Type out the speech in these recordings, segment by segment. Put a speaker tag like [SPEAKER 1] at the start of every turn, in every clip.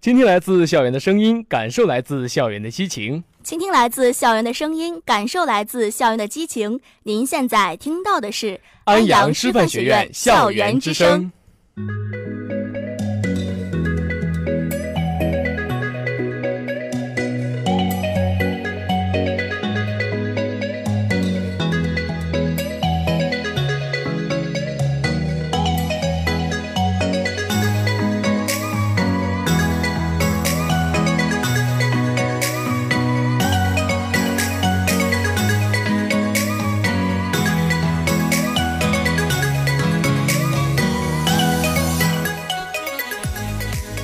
[SPEAKER 1] 今天来自校园的声音，感受来自校园的激情。
[SPEAKER 2] 倾听来自校园的声音，感受来自校园的激情。您现在听到的是
[SPEAKER 1] 安阳师范学院校园之声。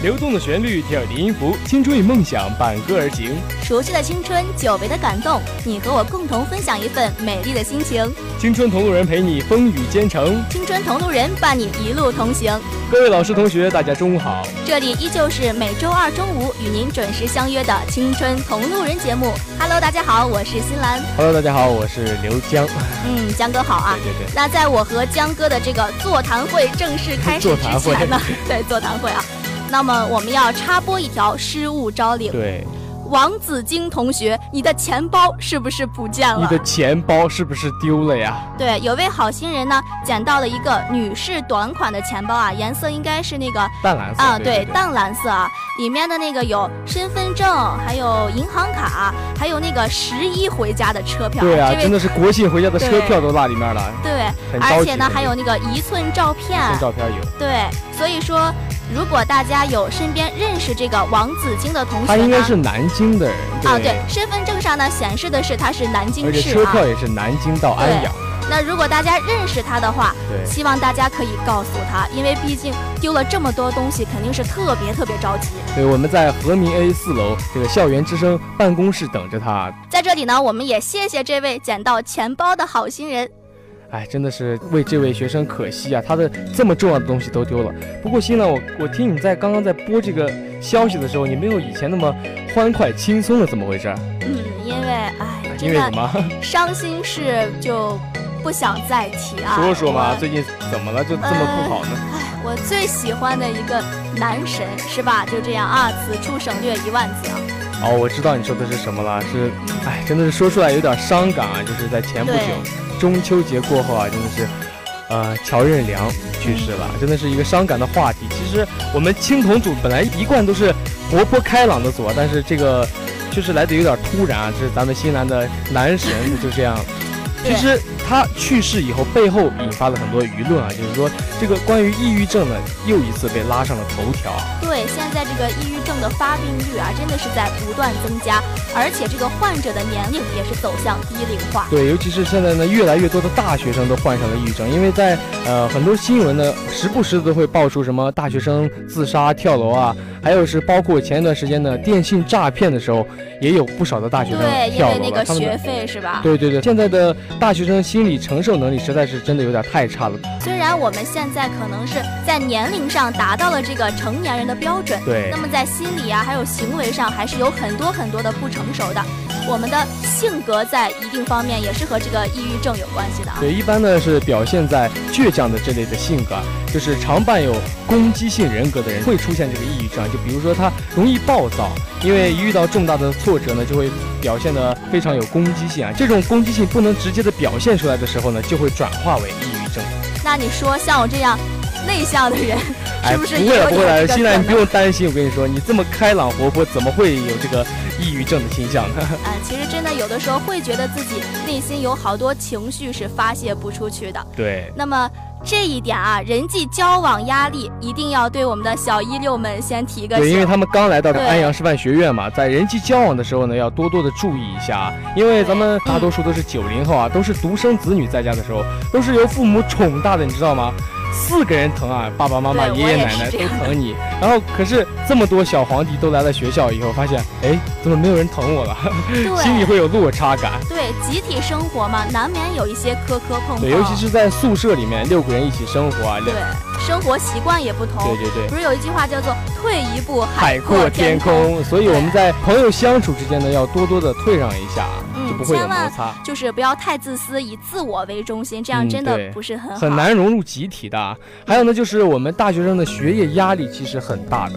[SPEAKER 1] 流动的旋律，跳跃的音符，青春与梦想伴歌而行。
[SPEAKER 2] 熟悉的青春，久违的感动，你和我共同分享一份美丽的心情。
[SPEAKER 1] 青春同路人陪你风雨兼程，
[SPEAKER 2] 青春同路人伴你一路同行。
[SPEAKER 1] 各位老师同学，大家中午好。
[SPEAKER 2] 这里依旧是每周二中午与您准时相约的《青春同路人》节目。Hello，大家好，我是新兰。
[SPEAKER 1] Hello，大家好，我是刘江。
[SPEAKER 2] 嗯，江哥好啊。
[SPEAKER 1] 对对对。
[SPEAKER 2] 那在我和江哥的这个座谈会正式开始
[SPEAKER 1] 座谈
[SPEAKER 2] 之
[SPEAKER 1] 会
[SPEAKER 2] 前呢， 对座谈会啊，那么我们要插播一条失物招领。
[SPEAKER 1] 对，
[SPEAKER 2] 王子晶同学，你的钱包是不是不见
[SPEAKER 1] 你
[SPEAKER 2] 了
[SPEAKER 1] 的？钱包是不是丢了呀？
[SPEAKER 2] 对，有位好心人呢，捡到了一个女士短款的钱包啊，颜色应该是那个
[SPEAKER 1] 淡蓝色。
[SPEAKER 2] 啊，
[SPEAKER 1] 对
[SPEAKER 2] 淡蓝色啊，里面的那个有身份证，还有银行卡，还有那个十一回家的车票。
[SPEAKER 1] 对啊，
[SPEAKER 2] 这位
[SPEAKER 1] 真的是国庆回家的车
[SPEAKER 2] 对
[SPEAKER 1] 票都落里面了，
[SPEAKER 2] 对，
[SPEAKER 1] 很着急。
[SPEAKER 2] 而且呢，还有那个一寸照片。
[SPEAKER 1] 真照片有，
[SPEAKER 2] 对，所以说，如果大家有身边认识这个王子晶的同学
[SPEAKER 1] 他
[SPEAKER 2] 呢，
[SPEAKER 1] 应该是南京的人。
[SPEAKER 2] 啊，对，身份证上呢显示的是他是南京
[SPEAKER 1] 而且
[SPEAKER 2] 市
[SPEAKER 1] 车
[SPEAKER 2] 啊
[SPEAKER 1] 票。也是南京到安阳。
[SPEAKER 2] 那如果大家认识他的话，
[SPEAKER 1] 对，
[SPEAKER 2] 希望大家可以告诉他，因为毕竟丢了这么多东西，肯定是特别特别着急。
[SPEAKER 1] 对，我们在和民 A 四楼这个校园之声办公室等着他。
[SPEAKER 2] 在这里呢，我们也谢谢这位捡到钱包的好心人。
[SPEAKER 1] 哎，真的是为这位学生可惜啊，他的这么重要的东西都丢了。不过新浪，我我听你在刚刚在播这个消息的时候，你没有以前那么欢快轻松了，怎么回事儿？
[SPEAKER 2] 嗯，因为哎，
[SPEAKER 1] 因
[SPEAKER 2] 真
[SPEAKER 1] 为什
[SPEAKER 2] 的
[SPEAKER 1] 么？
[SPEAKER 2] 伤心事就不想再提啊。
[SPEAKER 1] 说说嘛，
[SPEAKER 2] 我呃
[SPEAKER 1] 最近怎么了？就这么不好呢？
[SPEAKER 2] 我最喜欢的一个男神是吧？就这样啊，此处省略一万字啊。
[SPEAKER 1] 哦，我知道你说的是什么了，是，
[SPEAKER 2] 嗯
[SPEAKER 1] 哎，真的是说出来有点伤感啊，就是在前不久中秋节过后啊，真的是。呃，乔任梁去世了，真的是一个伤感的话题。其实我们青铜组本来一贯都是活泼开朗的组啊，但是这个就是来的有点突然啊，这是咱们新兰的男神就这样。其
[SPEAKER 2] 对
[SPEAKER 1] 实他去世以后，背后引发了很多舆论啊，就是说这个关于抑郁症呢，又一次被拉上了头条啊。
[SPEAKER 2] 对，现在这个抑郁症的发病率啊，真的是在不断增加，而且这个患者的年龄也是走向低龄化。
[SPEAKER 1] 对，尤其是现在呢，越来越多的大学生都患上了抑郁症，因为在呃很多新闻呢，时不时都会爆出什么大学生自杀、跳楼啊，还有是包括前一段时间呢电信诈骗的时候，也有不少的大学生
[SPEAKER 2] 对，因
[SPEAKER 1] 跳
[SPEAKER 2] 为
[SPEAKER 1] 楼
[SPEAKER 2] 那
[SPEAKER 1] 了。
[SPEAKER 2] 个
[SPEAKER 1] 他们
[SPEAKER 2] 学
[SPEAKER 1] 的
[SPEAKER 2] 费是吧？
[SPEAKER 1] 对对对，现在的大学生心理承受能力实在是真的有点太差了。
[SPEAKER 2] 虽然我们现在可能是在年龄上达到了这个成年人的标准，
[SPEAKER 1] 对
[SPEAKER 2] 那，么在心理啊，还有行为上，还是有很多很多的不成熟的。我们的性格在一定方面也是和这个抑郁症有关系的啊。
[SPEAKER 1] 对，一般呢是表现在倔强的这类的性格啊，就是常伴有攻击性人格的人会出现这个抑郁症啊。就比如说他容易暴躁，因为一遇到重大的挫折呢，就会表现得非常有攻击性啊。这种攻击性不能直接的表现出来的时候呢，就会转化为抑郁症。
[SPEAKER 2] 那你说像我这样内向的人，
[SPEAKER 1] 哎，
[SPEAKER 2] 是不是
[SPEAKER 1] 不会
[SPEAKER 2] 也
[SPEAKER 1] 了，
[SPEAKER 2] 有
[SPEAKER 1] 不会了，
[SPEAKER 2] 这个
[SPEAKER 1] 现在你
[SPEAKER 2] 可
[SPEAKER 1] 不用担心，我跟你说，你这么开朗活泼，怎么会有这个抑郁症的倾向呢？
[SPEAKER 2] 嗯，其实真的有的时候会觉得自己内心有好多情绪是发泄不出去的。
[SPEAKER 1] 对。
[SPEAKER 2] 那么这一点啊，人际交往压力一定要对我们的小一六们先提个
[SPEAKER 1] 对，因为
[SPEAKER 2] 醒。
[SPEAKER 1] 他们刚来到
[SPEAKER 2] 对
[SPEAKER 1] 安阳师范学院嘛，在人际交往的时候呢，要多多的注意一下啊，因为咱们大多数都是九零后啊，都是独生子女，在家的时候都是由父母宠大的，你知道吗？四个人疼啊，爸爸妈妈、
[SPEAKER 2] 对
[SPEAKER 1] 爷
[SPEAKER 2] 我
[SPEAKER 1] 爷
[SPEAKER 2] 也
[SPEAKER 1] 奶
[SPEAKER 2] 是
[SPEAKER 1] 奶
[SPEAKER 2] 这
[SPEAKER 1] 都
[SPEAKER 2] 样
[SPEAKER 1] 疼你。然后可是这么多小皇帝都来了学校以后，发现哎，怎么没有人疼我了？心里
[SPEAKER 2] 对
[SPEAKER 1] 会有落差感。
[SPEAKER 2] 对，集体生活嘛，难免有一些磕磕碰碰。
[SPEAKER 1] 对，尤其是在宿舍里面，六个人一起生活啊，
[SPEAKER 2] 对
[SPEAKER 1] 两
[SPEAKER 2] 生活习惯也不同。
[SPEAKER 1] 对对对
[SPEAKER 2] 不。是有一句话叫做“退一步
[SPEAKER 1] 海
[SPEAKER 2] 阔
[SPEAKER 1] 阔天
[SPEAKER 2] 空
[SPEAKER 1] 空，所以我们在朋友相处之间呢，要多多的退让一下啊，
[SPEAKER 2] 嗯
[SPEAKER 1] 就不会有
[SPEAKER 2] 千万
[SPEAKER 1] 摩擦”，，
[SPEAKER 2] 就是不要太自私，以自我为中心，这
[SPEAKER 1] 嗯
[SPEAKER 2] 样真的
[SPEAKER 1] 对
[SPEAKER 2] 不是 很好。
[SPEAKER 1] 很难融入集体的啊。还有呢，就是我们大学生的学业压力其实很大的，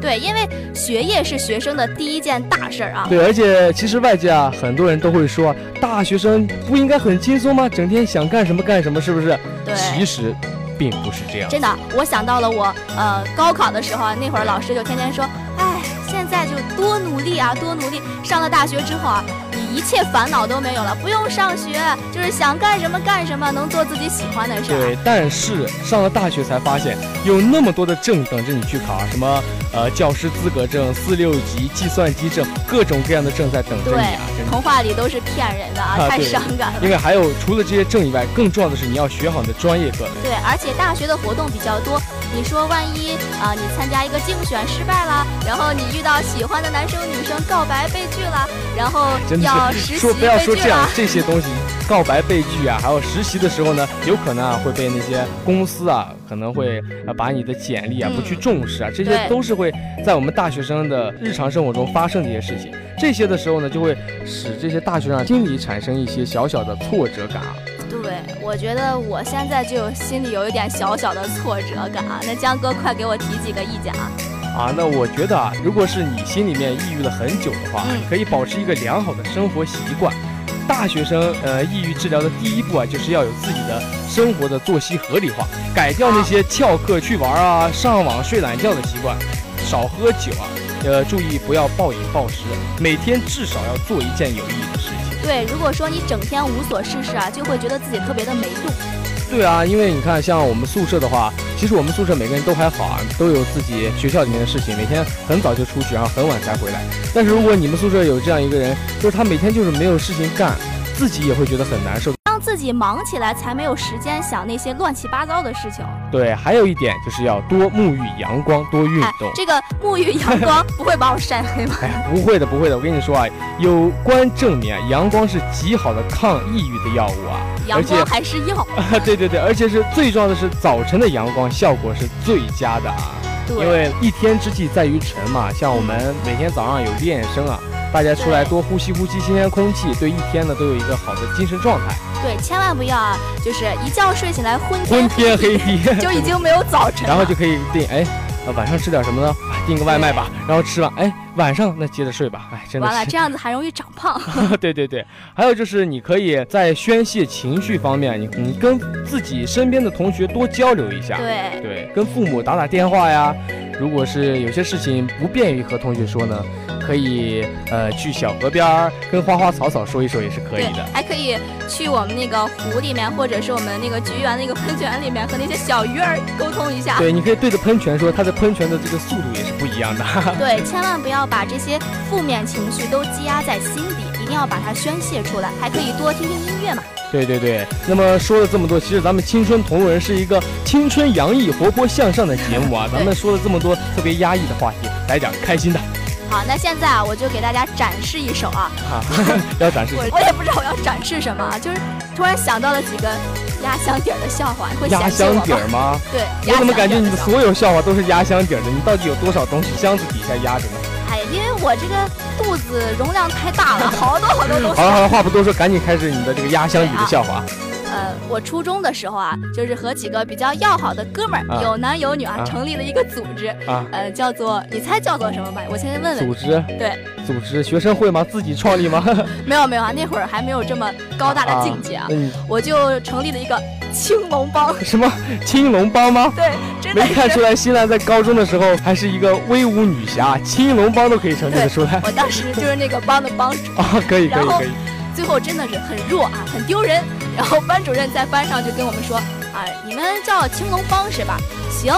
[SPEAKER 2] 对，因为学业是学生的第一件大事儿啊。
[SPEAKER 1] 对，而且其实外界啊，很多人都会说，大学生不应该很轻松吗？整天想干什么干什么，是不是？
[SPEAKER 2] 对
[SPEAKER 1] 其实并不是这样。
[SPEAKER 2] 真的，我想到了我呃高考的时候啊，那会儿老师就天天说，哎，现在就多努力啊，多努力。上了大学之后啊，你一切烦恼都没有了，不用上学，就是想干什么干什么，能做自己喜欢的事儿。
[SPEAKER 1] 对，但是上了大学才发现，有那么多的证等着你去考啊，什么呃教师资格证、四六级、计算机证，各种各样的证在等着
[SPEAKER 2] 对
[SPEAKER 1] 你啊！真的，
[SPEAKER 2] 童话里都是骗人的啊，
[SPEAKER 1] 啊
[SPEAKER 2] 太
[SPEAKER 1] 对
[SPEAKER 2] 伤感了。
[SPEAKER 1] 因为还有除了这些证以外，更重要的是你要学好你的专业课。
[SPEAKER 2] 对，而且大学的活动比较多。你说万一啊、你参加一个竞选失败了，然后你遇到喜欢的男生女生告白被拒了，然后
[SPEAKER 1] 真的
[SPEAKER 2] 要
[SPEAKER 1] 是
[SPEAKER 2] 实习
[SPEAKER 1] 说不要说
[SPEAKER 2] 被
[SPEAKER 1] 这
[SPEAKER 2] 拒
[SPEAKER 1] 样
[SPEAKER 2] 了，
[SPEAKER 1] 这些东西，告白被拒啊，还有实习的时候呢， 有可能啊会被那些公司啊可能会啊把你的简历啊
[SPEAKER 2] 嗯
[SPEAKER 1] 不去重视啊，这些
[SPEAKER 2] 对
[SPEAKER 1] 都是会在我们大学生的日常生活中发生的一些事情。这些的时候呢，就会使这些大学生啊心里产生一些小小的挫折感啊。
[SPEAKER 2] 对，我觉得我现在就心里有一点小小的挫折感啊。那江哥，快给我提几个意见啊！
[SPEAKER 1] 啊，那我觉得啊，如果是你心里面抑郁了很久的话，
[SPEAKER 2] 嗯
[SPEAKER 1] 你可以保持一个良好的生活习惯。大学生呃，抑郁治疗的第一步啊，就是要有自己的生活的作息合理化，改掉那些翘课去玩啊、上网睡懒觉的习惯，少喝酒啊，呃，注意不要暴饮暴食，每天至少要做一件有意义的事情。
[SPEAKER 2] 对，如果说你整天无所事事啊，就会觉得自己特别的没用。
[SPEAKER 1] 对啊，因为你看，像我们宿舍的话，其实我们宿舍每个人都还好啊，都有自己学校里面的事情，每天很早就出去，然后很晚才回来。但是如果你们宿舍有这样一个人，就是他每天就是没有事情干，自己也会觉得很难受。
[SPEAKER 2] 让自己忙起来，才没有时间想那些乱七八糟的事情。
[SPEAKER 1] 对，还有一点就是要多沐浴阳光，多运
[SPEAKER 2] 哎
[SPEAKER 1] 动，。
[SPEAKER 2] 这个沐浴阳光 不会把我晒黑吗？
[SPEAKER 1] 哎呀，不会的，不会的，我跟你说啊，有关证明啊，阳光是极好的抗抑郁的药物啊，
[SPEAKER 2] 阳
[SPEAKER 1] 而且
[SPEAKER 2] 光还是药。
[SPEAKER 1] 啊，对对对，而且是最重要的是早晨的阳光效果是最佳的啊。因
[SPEAKER 2] 对，
[SPEAKER 1] 为一天之计在于晨嘛，像我们每天早上有练声啊，大家出来
[SPEAKER 2] 对
[SPEAKER 1] 多呼吸呼吸新鲜空气，对一天呢都有一个好的精神状态。
[SPEAKER 2] 对，千万不要啊，就是一觉睡醒来昏
[SPEAKER 1] 昏
[SPEAKER 2] 天
[SPEAKER 1] 天黑地，
[SPEAKER 2] 就已经没有早晨了。
[SPEAKER 1] 然后就可以定哎，呃晚上吃点什么呢？啊订个外卖吧，然后吃完哎晚上那接着睡吧，哎真的
[SPEAKER 2] 完了，
[SPEAKER 1] 是
[SPEAKER 2] 这样子还容易长胖。
[SPEAKER 1] 对对对，还有就是你可以在宣泄情绪方面，你你跟自己身边的同学多交流一下，
[SPEAKER 2] 对
[SPEAKER 1] 对，跟父母打打电话呀。如果是有些事情不便于和同学说呢，可以呃去小河边儿跟花花草草说一说也是可以
[SPEAKER 2] 对，
[SPEAKER 1] 的。
[SPEAKER 2] 还可以去我们那个湖里面，或者是我们那个菊园那个喷泉里面，和那些小鱼儿沟通一下。
[SPEAKER 1] 对，你可以对着喷泉说，它的喷泉的这个速度也是不一样的。
[SPEAKER 2] 对千万不要把这些负面情绪都积压在心底，一定要把它宣泄出来。还可以多听听音乐嘛。
[SPEAKER 1] 对对对，那么说了这么多，其实咱们《青春同路人》是一个青春洋溢、活泼向上的节目啊。咱们说了这么多特别压抑的话题，来点儿开心的。
[SPEAKER 2] 好，那现在啊，我就给大家展示一首啊，
[SPEAKER 1] 啊，要展示
[SPEAKER 2] 我我也不知道我要展示什么啊，就是突然想到了几个压箱底儿的笑话，会
[SPEAKER 1] 压
[SPEAKER 2] 嫌弃我
[SPEAKER 1] 箱
[SPEAKER 2] 吗
[SPEAKER 1] 底？儿吗？
[SPEAKER 2] 对，
[SPEAKER 1] 我
[SPEAKER 2] 压
[SPEAKER 1] 怎么
[SPEAKER 2] 箱
[SPEAKER 1] 感
[SPEAKER 2] 底
[SPEAKER 1] 觉
[SPEAKER 2] 儿
[SPEAKER 1] 你
[SPEAKER 2] 的
[SPEAKER 1] 的
[SPEAKER 2] 笑话
[SPEAKER 1] 所有笑话都是压箱底儿的？你到底有多少东西箱子底下压着呢？
[SPEAKER 2] 哎，因为我这个肚子容量太大了，好多好多东西。
[SPEAKER 1] 好了好啊了，话不多说，赶紧开始你的这个压箱底的笑话。
[SPEAKER 2] 呃，我初中的时候啊，就是和几个比较要好的哥们儿，
[SPEAKER 1] 啊
[SPEAKER 2] 有男有女
[SPEAKER 1] 啊
[SPEAKER 2] 啊，成立了一个组织，
[SPEAKER 1] 啊
[SPEAKER 2] 呃，叫做你猜叫做什么吧？我先问问，
[SPEAKER 1] 组织
[SPEAKER 2] 对，
[SPEAKER 1] 组织学生会吗？自己创立吗？
[SPEAKER 2] 没有没有啊，那会儿还没有这么高大的境界啊，
[SPEAKER 1] 嗯，
[SPEAKER 2] 我就成立了一个青龙帮，
[SPEAKER 1] 什么青龙帮吗？
[SPEAKER 2] 对，真
[SPEAKER 1] 没
[SPEAKER 2] 的
[SPEAKER 1] 看
[SPEAKER 2] 是
[SPEAKER 1] 出。来，新兰在高中的时候还是一个威武女侠，青龙帮都可以成立的出 来
[SPEAKER 2] 我当时就是那个帮的帮主，
[SPEAKER 1] 啊！可以可
[SPEAKER 2] 然
[SPEAKER 1] 以
[SPEAKER 2] 后
[SPEAKER 1] 可以，
[SPEAKER 2] 最后真的是很弱啊，很丢人。然后班主任在班上就跟我们说啊，你们叫青龙帮是吧？行，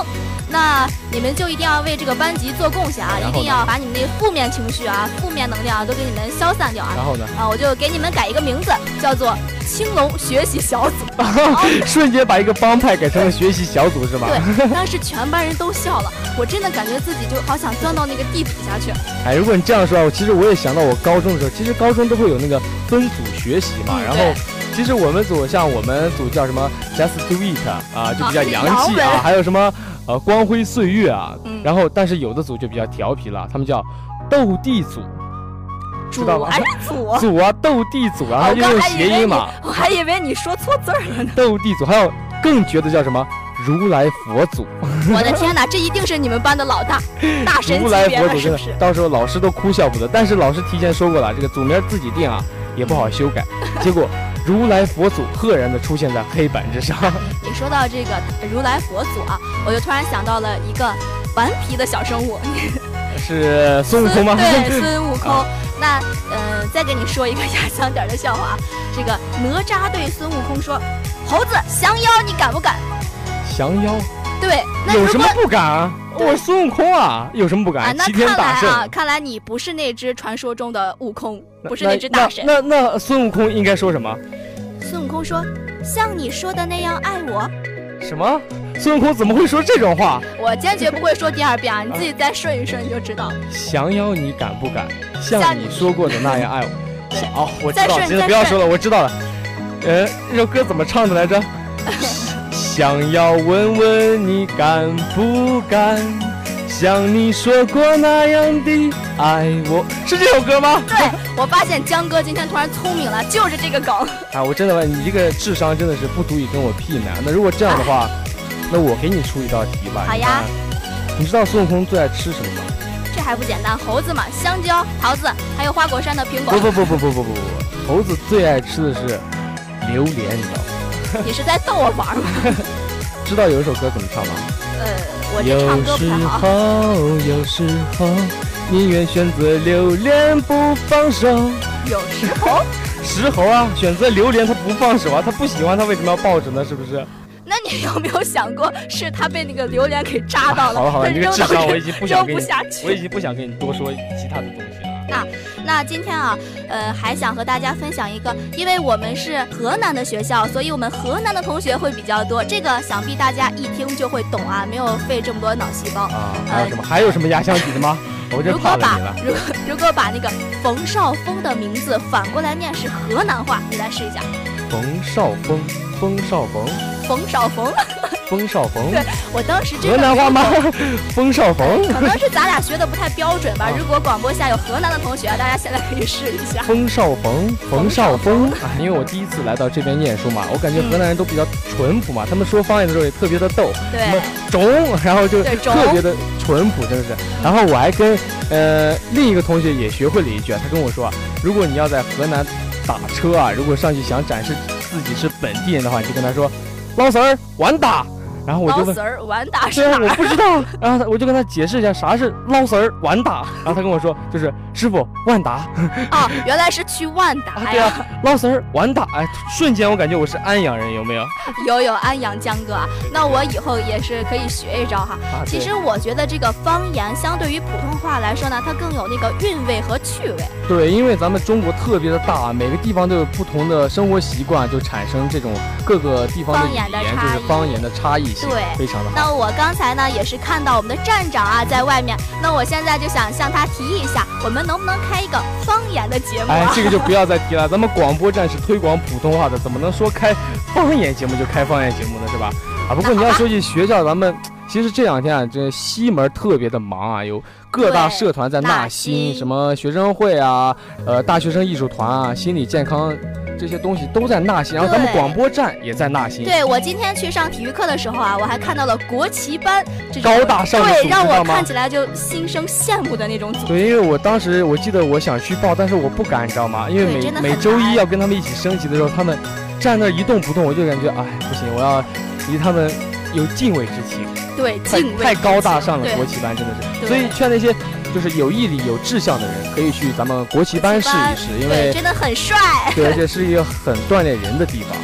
[SPEAKER 2] 那你们就一定要为这个班级做贡献啊，
[SPEAKER 1] 然
[SPEAKER 2] 一
[SPEAKER 1] 后呢
[SPEAKER 2] 定要把你们那个负面情绪啊、负面能量啊都给你们消散掉啊。
[SPEAKER 1] 然后呢，
[SPEAKER 2] 啊，我就给你们改一个名字，叫做青龙学习 小组。
[SPEAKER 1] 瞬间把一个帮派改成了学习小组是吧？
[SPEAKER 2] 哦对，当时全班人都笑了，我真的感觉自己就好想钻到那个地底下去。
[SPEAKER 1] 哎，如果你这样说啊，我其实我也想到我高中的时候，其实高中都会有那个分组学习嘛，
[SPEAKER 2] 嗯
[SPEAKER 1] 然后
[SPEAKER 2] 对
[SPEAKER 1] 其实我们组像我们组叫什么 Just Do It 啊，就比较洋气
[SPEAKER 2] 啊
[SPEAKER 1] 啊，还有什么呃光辉岁月啊。
[SPEAKER 2] 嗯
[SPEAKER 1] 然后，但是有的组就比较调皮了，他们叫斗地主，
[SPEAKER 2] 主
[SPEAKER 1] 知道吗
[SPEAKER 2] 还是祖？
[SPEAKER 1] 组啊斗地主啊，
[SPEAKER 2] 哦
[SPEAKER 1] 它
[SPEAKER 2] 我
[SPEAKER 1] 就
[SPEAKER 2] 刚
[SPEAKER 1] 用
[SPEAKER 2] 还以
[SPEAKER 1] 谐
[SPEAKER 2] 为
[SPEAKER 1] 音
[SPEAKER 2] 你
[SPEAKER 1] 嘛，，
[SPEAKER 2] 我还以为你说错字儿了呢。
[SPEAKER 1] 斗地主。还有更绝的叫什么如来佛祖，
[SPEAKER 2] 我的天哪，这一定是你们班的 老大，大神
[SPEAKER 1] 如
[SPEAKER 2] 级
[SPEAKER 1] 来
[SPEAKER 2] 别
[SPEAKER 1] 佛
[SPEAKER 2] 了，
[SPEAKER 1] 祖
[SPEAKER 2] 是
[SPEAKER 1] 真
[SPEAKER 2] 不
[SPEAKER 1] 的
[SPEAKER 2] 是，？
[SPEAKER 1] 到时候老师都哭笑不得。但是老师提前说过了，这个组名自己定啊，也不好修改。结果如来佛祖赫然的出现在黑板之上。
[SPEAKER 2] 你说到这个如来佛祖啊，我就突然想到了一个顽皮的小 生物，
[SPEAKER 1] 是孙悟空吗？
[SPEAKER 2] 对，孙悟空。
[SPEAKER 1] 啊
[SPEAKER 2] 那呃，再给你说一个压箱底儿的笑话啊。这个哪吒对孙悟空说：“猴子降妖，你敢不敢
[SPEAKER 1] 降妖？”
[SPEAKER 2] 对，那
[SPEAKER 1] 有
[SPEAKER 2] 如
[SPEAKER 1] 什
[SPEAKER 2] 果
[SPEAKER 1] 么不敢啊？
[SPEAKER 2] 对
[SPEAKER 1] 我孙悟空啊，有什么不
[SPEAKER 2] 啊，
[SPEAKER 1] 敢？
[SPEAKER 2] 那
[SPEAKER 1] 齐天
[SPEAKER 2] 看来
[SPEAKER 1] 大
[SPEAKER 2] 啊，
[SPEAKER 1] 圣，
[SPEAKER 2] 看来你不是那只传说中的悟空，
[SPEAKER 1] 那
[SPEAKER 2] 不是那只大神。
[SPEAKER 1] 那那那孙悟空应该说什么？
[SPEAKER 2] 孙悟空说：“像你说的那样爱我，
[SPEAKER 1] 什么？孙悟空怎么会说这种话？
[SPEAKER 2] 我坚决不会说第二遍啊，你自己再顺一顺你就知道。
[SPEAKER 1] 降妖你敢不敢？
[SPEAKER 2] 像
[SPEAKER 1] 像
[SPEAKER 2] 你
[SPEAKER 1] 你说过的那样爱 我。
[SPEAKER 2] 对
[SPEAKER 1] 哦，我知
[SPEAKER 2] 再
[SPEAKER 1] 道，
[SPEAKER 2] 顺
[SPEAKER 1] 真的
[SPEAKER 2] 再
[SPEAKER 1] 不要说
[SPEAKER 2] 顺
[SPEAKER 1] 了，我知道了。呃，这首歌怎么唱的来 着？想要问问你敢不敢，像你说过那样的爱我，是这首歌吗？
[SPEAKER 2] 对我发现江哥今天突然聪明了，就是这个梗。
[SPEAKER 1] 啊，我真的问你，这个智商真的是不足以跟我媲美啊。那如果这样的话，那我给你出一道题吧。
[SPEAKER 2] 好
[SPEAKER 1] 你
[SPEAKER 2] 呀
[SPEAKER 1] 看。你知道孙悟空最爱吃什么吗？
[SPEAKER 2] 这还不简单？猴子嘛，香蕉、桃子，还有花果山的苹果
[SPEAKER 1] 不。不不不不不不不不，猴子最爱吃的是榴莲，你知道吗？
[SPEAKER 2] 你是在逗我玩儿吗？
[SPEAKER 1] 知道有一首歌怎么唱吗？
[SPEAKER 2] 呃，我
[SPEAKER 1] 有
[SPEAKER 2] 这唱歌不
[SPEAKER 1] 时
[SPEAKER 2] 太好。
[SPEAKER 1] 候，有时候，宁愿选择榴莲不放 手。
[SPEAKER 2] 有时候，
[SPEAKER 1] 石猴啊，选择榴莲他不放手啊，他不喜欢他为什么要抱着呢？是不是？
[SPEAKER 2] 那你有没有想过，是他被那个榴莲给扎到
[SPEAKER 1] 好
[SPEAKER 2] 了，
[SPEAKER 1] 了好了，
[SPEAKER 2] 但
[SPEAKER 1] 你
[SPEAKER 2] 是
[SPEAKER 1] 这个智
[SPEAKER 2] 扔到
[SPEAKER 1] 商
[SPEAKER 2] 这
[SPEAKER 1] 我已经不想
[SPEAKER 2] 扔
[SPEAKER 1] 跟
[SPEAKER 2] 不
[SPEAKER 1] 你，
[SPEAKER 2] 下
[SPEAKER 1] 我已
[SPEAKER 2] 去。
[SPEAKER 1] 经不想跟你多说其他的东西了。
[SPEAKER 2] 那今天啊，呃，还想和大家分享一个，因为我们是河南的学校，所以我们河南的同学会比较多，这个想必大家一听就会懂啊，没有费这么多脑细胞。
[SPEAKER 1] 啊，还有什么？还有什么压箱底的吗？ 我真
[SPEAKER 2] 如
[SPEAKER 1] 怕
[SPEAKER 2] 果
[SPEAKER 1] 了
[SPEAKER 2] 把
[SPEAKER 1] 你了。
[SPEAKER 2] 如果如果把那个冯绍峰的名字反过来念是河南话，你来试一下，
[SPEAKER 1] 冯绍峰，冯绍峰，
[SPEAKER 2] 冯绍峰。
[SPEAKER 1] 冯绍峰，
[SPEAKER 2] 对我当时真
[SPEAKER 1] 河
[SPEAKER 2] 的
[SPEAKER 1] 南话吗？冯绍峰，
[SPEAKER 2] 可能是咱俩学的不太标准吧
[SPEAKER 1] 啊。
[SPEAKER 2] 如果广播下有河南的同学，大家现在可以试一下。
[SPEAKER 1] 冯绍峰，冯
[SPEAKER 2] 冯
[SPEAKER 1] 绍
[SPEAKER 2] 绍
[SPEAKER 1] 峰啊！因为我第一次来到这边念书嘛，我感觉河南人都比较淳朴嘛，他们说方言的时候也特别的逗，什么
[SPEAKER 2] 对，
[SPEAKER 1] 中，然后就
[SPEAKER 2] 对中
[SPEAKER 1] 特别的淳朴，真的是。然后我还跟呃另一个同学也学会了一句啊，他跟我说啊，如果你要在河南打车啊，如果上去想展示自己是本地人的话，你就跟他说“老婶儿，完 打”，然后我就
[SPEAKER 2] 老
[SPEAKER 1] 问
[SPEAKER 2] 子。儿完打
[SPEAKER 1] 对
[SPEAKER 2] 是
[SPEAKER 1] 啊，
[SPEAKER 2] 哪
[SPEAKER 1] 我
[SPEAKER 2] 儿？
[SPEAKER 1] 不知道， 然后他我就跟他解释一下啥是“捞婶儿完打”，然后他跟我说就是师傅万达，
[SPEAKER 2] 哦，原来是去万达
[SPEAKER 1] 啊，对
[SPEAKER 2] 哎呀。
[SPEAKER 1] 啊，捞丝儿完打，哎，瞬间我感觉我是安阳人，有没有？
[SPEAKER 2] 有有安阳江哥啊，那我以后也是可以学一招哈。
[SPEAKER 1] 啊，
[SPEAKER 2] 其
[SPEAKER 1] 对
[SPEAKER 2] 实我觉得这个方言相对于普通话来说呢，它更有那个韵味和趣味。
[SPEAKER 1] 对，因为咱们中国特别的大，每个地方都有不同的生活习惯，就产生这种各个地方的
[SPEAKER 2] 方
[SPEAKER 1] 语
[SPEAKER 2] 言的
[SPEAKER 1] 言，就
[SPEAKER 2] 差
[SPEAKER 1] 是
[SPEAKER 2] 异
[SPEAKER 1] 方言的差异性，
[SPEAKER 2] 对
[SPEAKER 1] 非常的好。
[SPEAKER 2] 那我刚才呢也是看到我们的站长啊在外面，那我现在就想向他提议一下，我们能不能开一个方言的节目
[SPEAKER 1] 哎
[SPEAKER 2] 啊，？
[SPEAKER 1] 这个就不要再提了，咱们广播站是推广普通话的，怎么能说开方言节目就开方言节目呢，是吧？啊，不过你要说起学校，咱们其实这两天啊，这西门特别的忙啊，有各大
[SPEAKER 2] 对
[SPEAKER 1] 社团在纳
[SPEAKER 2] 纳
[SPEAKER 1] 新，
[SPEAKER 2] 新
[SPEAKER 1] 什么学生会啊，呃，大学生艺术团啊，心理健康这些东西都在纳新，然后咱们
[SPEAKER 2] 对
[SPEAKER 1] 广播站也在纳新。
[SPEAKER 2] 对我今天去上体育课的时候啊，我还看到了国旗班这种
[SPEAKER 1] 高大上的组
[SPEAKER 2] 对，
[SPEAKER 1] 织
[SPEAKER 2] 让
[SPEAKER 1] 知道
[SPEAKER 2] 我
[SPEAKER 1] 吗
[SPEAKER 2] 看起来就心生羡慕的那种组。
[SPEAKER 1] 对，因为我当时我记得我想去报，但是我不敢，你知道吗？因为
[SPEAKER 2] 对
[SPEAKER 1] 每
[SPEAKER 2] 真的很
[SPEAKER 1] 每周一
[SPEAKER 2] 难
[SPEAKER 1] 要跟他们一起升旗的时候，他们站那儿一动不动，我就感觉哎不行，我要离他们有敬畏之情，
[SPEAKER 2] 对，
[SPEAKER 1] 太
[SPEAKER 2] 敬畏
[SPEAKER 1] 太高大上了，
[SPEAKER 2] 对
[SPEAKER 1] 国旗班真的是。
[SPEAKER 2] 对
[SPEAKER 1] 所以劝那些就是有毅力、有志向的人，可以去咱们国旗班试一试，因
[SPEAKER 2] 对，
[SPEAKER 1] 为
[SPEAKER 2] 真的很帅。
[SPEAKER 1] 对，这是一个很锻炼人的地方。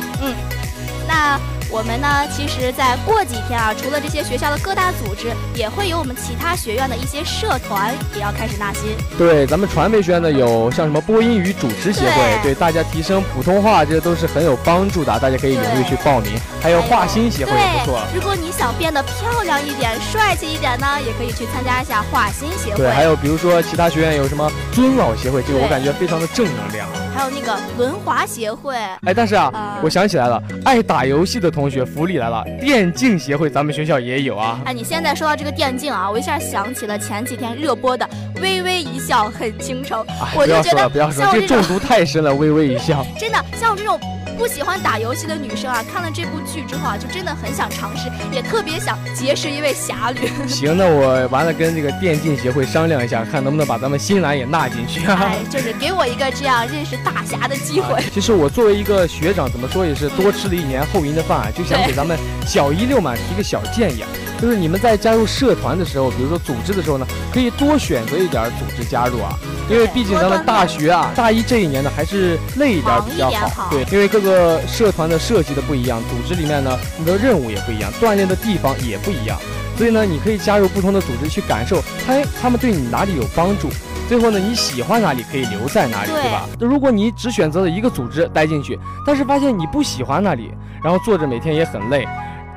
[SPEAKER 2] 那我们呢，其实，在过几天啊，除了这些学校的各大组织，也会有我们其他学院的一些社团也要开始纳新。
[SPEAKER 1] 对，咱们传媒学院呢有像什么播音与主持协会，对
[SPEAKER 2] 对
[SPEAKER 1] 大家提升普通话，这都是很有帮助的，大家可以踊跃去
[SPEAKER 2] 对
[SPEAKER 1] 报名。还有
[SPEAKER 2] 还
[SPEAKER 1] 画
[SPEAKER 2] 有
[SPEAKER 1] 心协会也不错。
[SPEAKER 2] 如果你想变得漂亮一点、帅气一点呢，也可以去参加一下画心协会。
[SPEAKER 1] 对，还有比如说其他学院有什么尊老协会，这个我
[SPEAKER 2] 对
[SPEAKER 1] 感觉非常的正能量。
[SPEAKER 2] 还有那个轮滑协会。
[SPEAKER 1] 哎，但是啊，
[SPEAKER 2] 嗯啊
[SPEAKER 1] 我想起来了，爱打游戏的同学福利来了，电竞协会咱们学校也有啊。
[SPEAKER 2] 哎，你现在说到这个电竞啊，我一下想起了前几天热播的《微微一笑很倾城》，
[SPEAKER 1] 哎，
[SPEAKER 2] 我
[SPEAKER 1] 不
[SPEAKER 2] 就
[SPEAKER 1] 要
[SPEAKER 2] 觉
[SPEAKER 1] 说了，
[SPEAKER 2] 得
[SPEAKER 1] 不要说了，
[SPEAKER 2] 像我
[SPEAKER 1] 这
[SPEAKER 2] 这种
[SPEAKER 1] 中毒太深了，微微一 笑。
[SPEAKER 2] 真的像我这种不喜欢打游戏的女生啊，看了这部剧之后啊，就真的很想尝试，也特别想结识一位侠侣。
[SPEAKER 1] 行，那我完了跟这个电竞协会商量一下，看能不能把咱们新兰也纳进去啊。
[SPEAKER 2] 哎，就是给我一个这样认识大侠的 机 会。
[SPEAKER 1] 其实我作为一个学长，怎么说也是多吃了一年后赢的饭啊，就想
[SPEAKER 2] 对
[SPEAKER 1] 给咱们小一六嘛提个小建议啊，就是你们在加入社团的时候，比如说组织的时候呢，可以多选择一点组织加入啊，因为
[SPEAKER 2] 对
[SPEAKER 1] 毕竟咱们大学啊，大一这一年呢还是累一点比较
[SPEAKER 2] 忙一点
[SPEAKER 1] 好，
[SPEAKER 2] 好
[SPEAKER 1] 对，因为各个社团的设计的不一样，组织里面呢你的任务也不一样，锻炼的地方也不一样，所以呢你可以加入不同的组织去感受，哎，他们对你哪里有帮助。最后呢，你喜欢哪里可以留在哪里，
[SPEAKER 2] 对
[SPEAKER 1] 对吧？如果你只选择了一个组织待进去，但是发现你不喜欢那里，然后坐着每天也很累，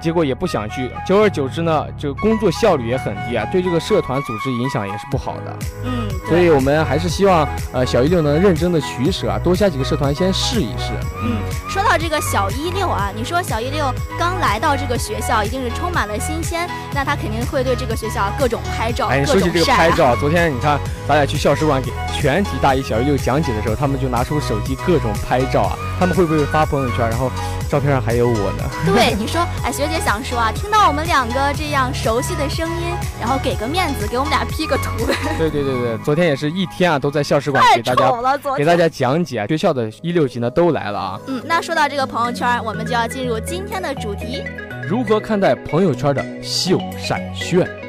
[SPEAKER 1] 结果也不想去，久而久之呢，这个工作效率也很低啊，对这个社团组织影响也是不好的。
[SPEAKER 2] 嗯，
[SPEAKER 1] 所
[SPEAKER 2] 对
[SPEAKER 1] 以。我们还是希望，呃，小一六能认真的取舍啊，多加几个社团先试一试。
[SPEAKER 2] 嗯，说到这个小一六啊，你说小一六刚来到这个学校，一定是充满了新鲜，那他肯定会对这个学校各种拍照，
[SPEAKER 1] 哎，你
[SPEAKER 2] 各
[SPEAKER 1] 说起
[SPEAKER 2] 种
[SPEAKER 1] 这个
[SPEAKER 2] 晒
[SPEAKER 1] 拍
[SPEAKER 2] 啊。
[SPEAKER 1] 照，昨 天你看咱俩去校史馆给全体大一、小一、六讲解的时候，他们就拿出手机各种拍照啊，他们会不会发朋友圈？然后照片上还有我呢。
[SPEAKER 2] 对，你说，哎，学姐想说啊，听到我们两个这样熟悉的声音，然后给个面子，给我们俩 P 个图呗，
[SPEAKER 1] 对对对对，昨天也是一天啊，都在校史馆
[SPEAKER 2] 太
[SPEAKER 1] 给大家
[SPEAKER 2] 丑了，昨
[SPEAKER 1] 给
[SPEAKER 2] 天。
[SPEAKER 1] 大家讲解啊学校的一六级呢都来了啊。
[SPEAKER 2] 嗯，那说到这个朋友圈，我们就要进入今天的主题。
[SPEAKER 1] 如何看待朋友圈的秀晒炫？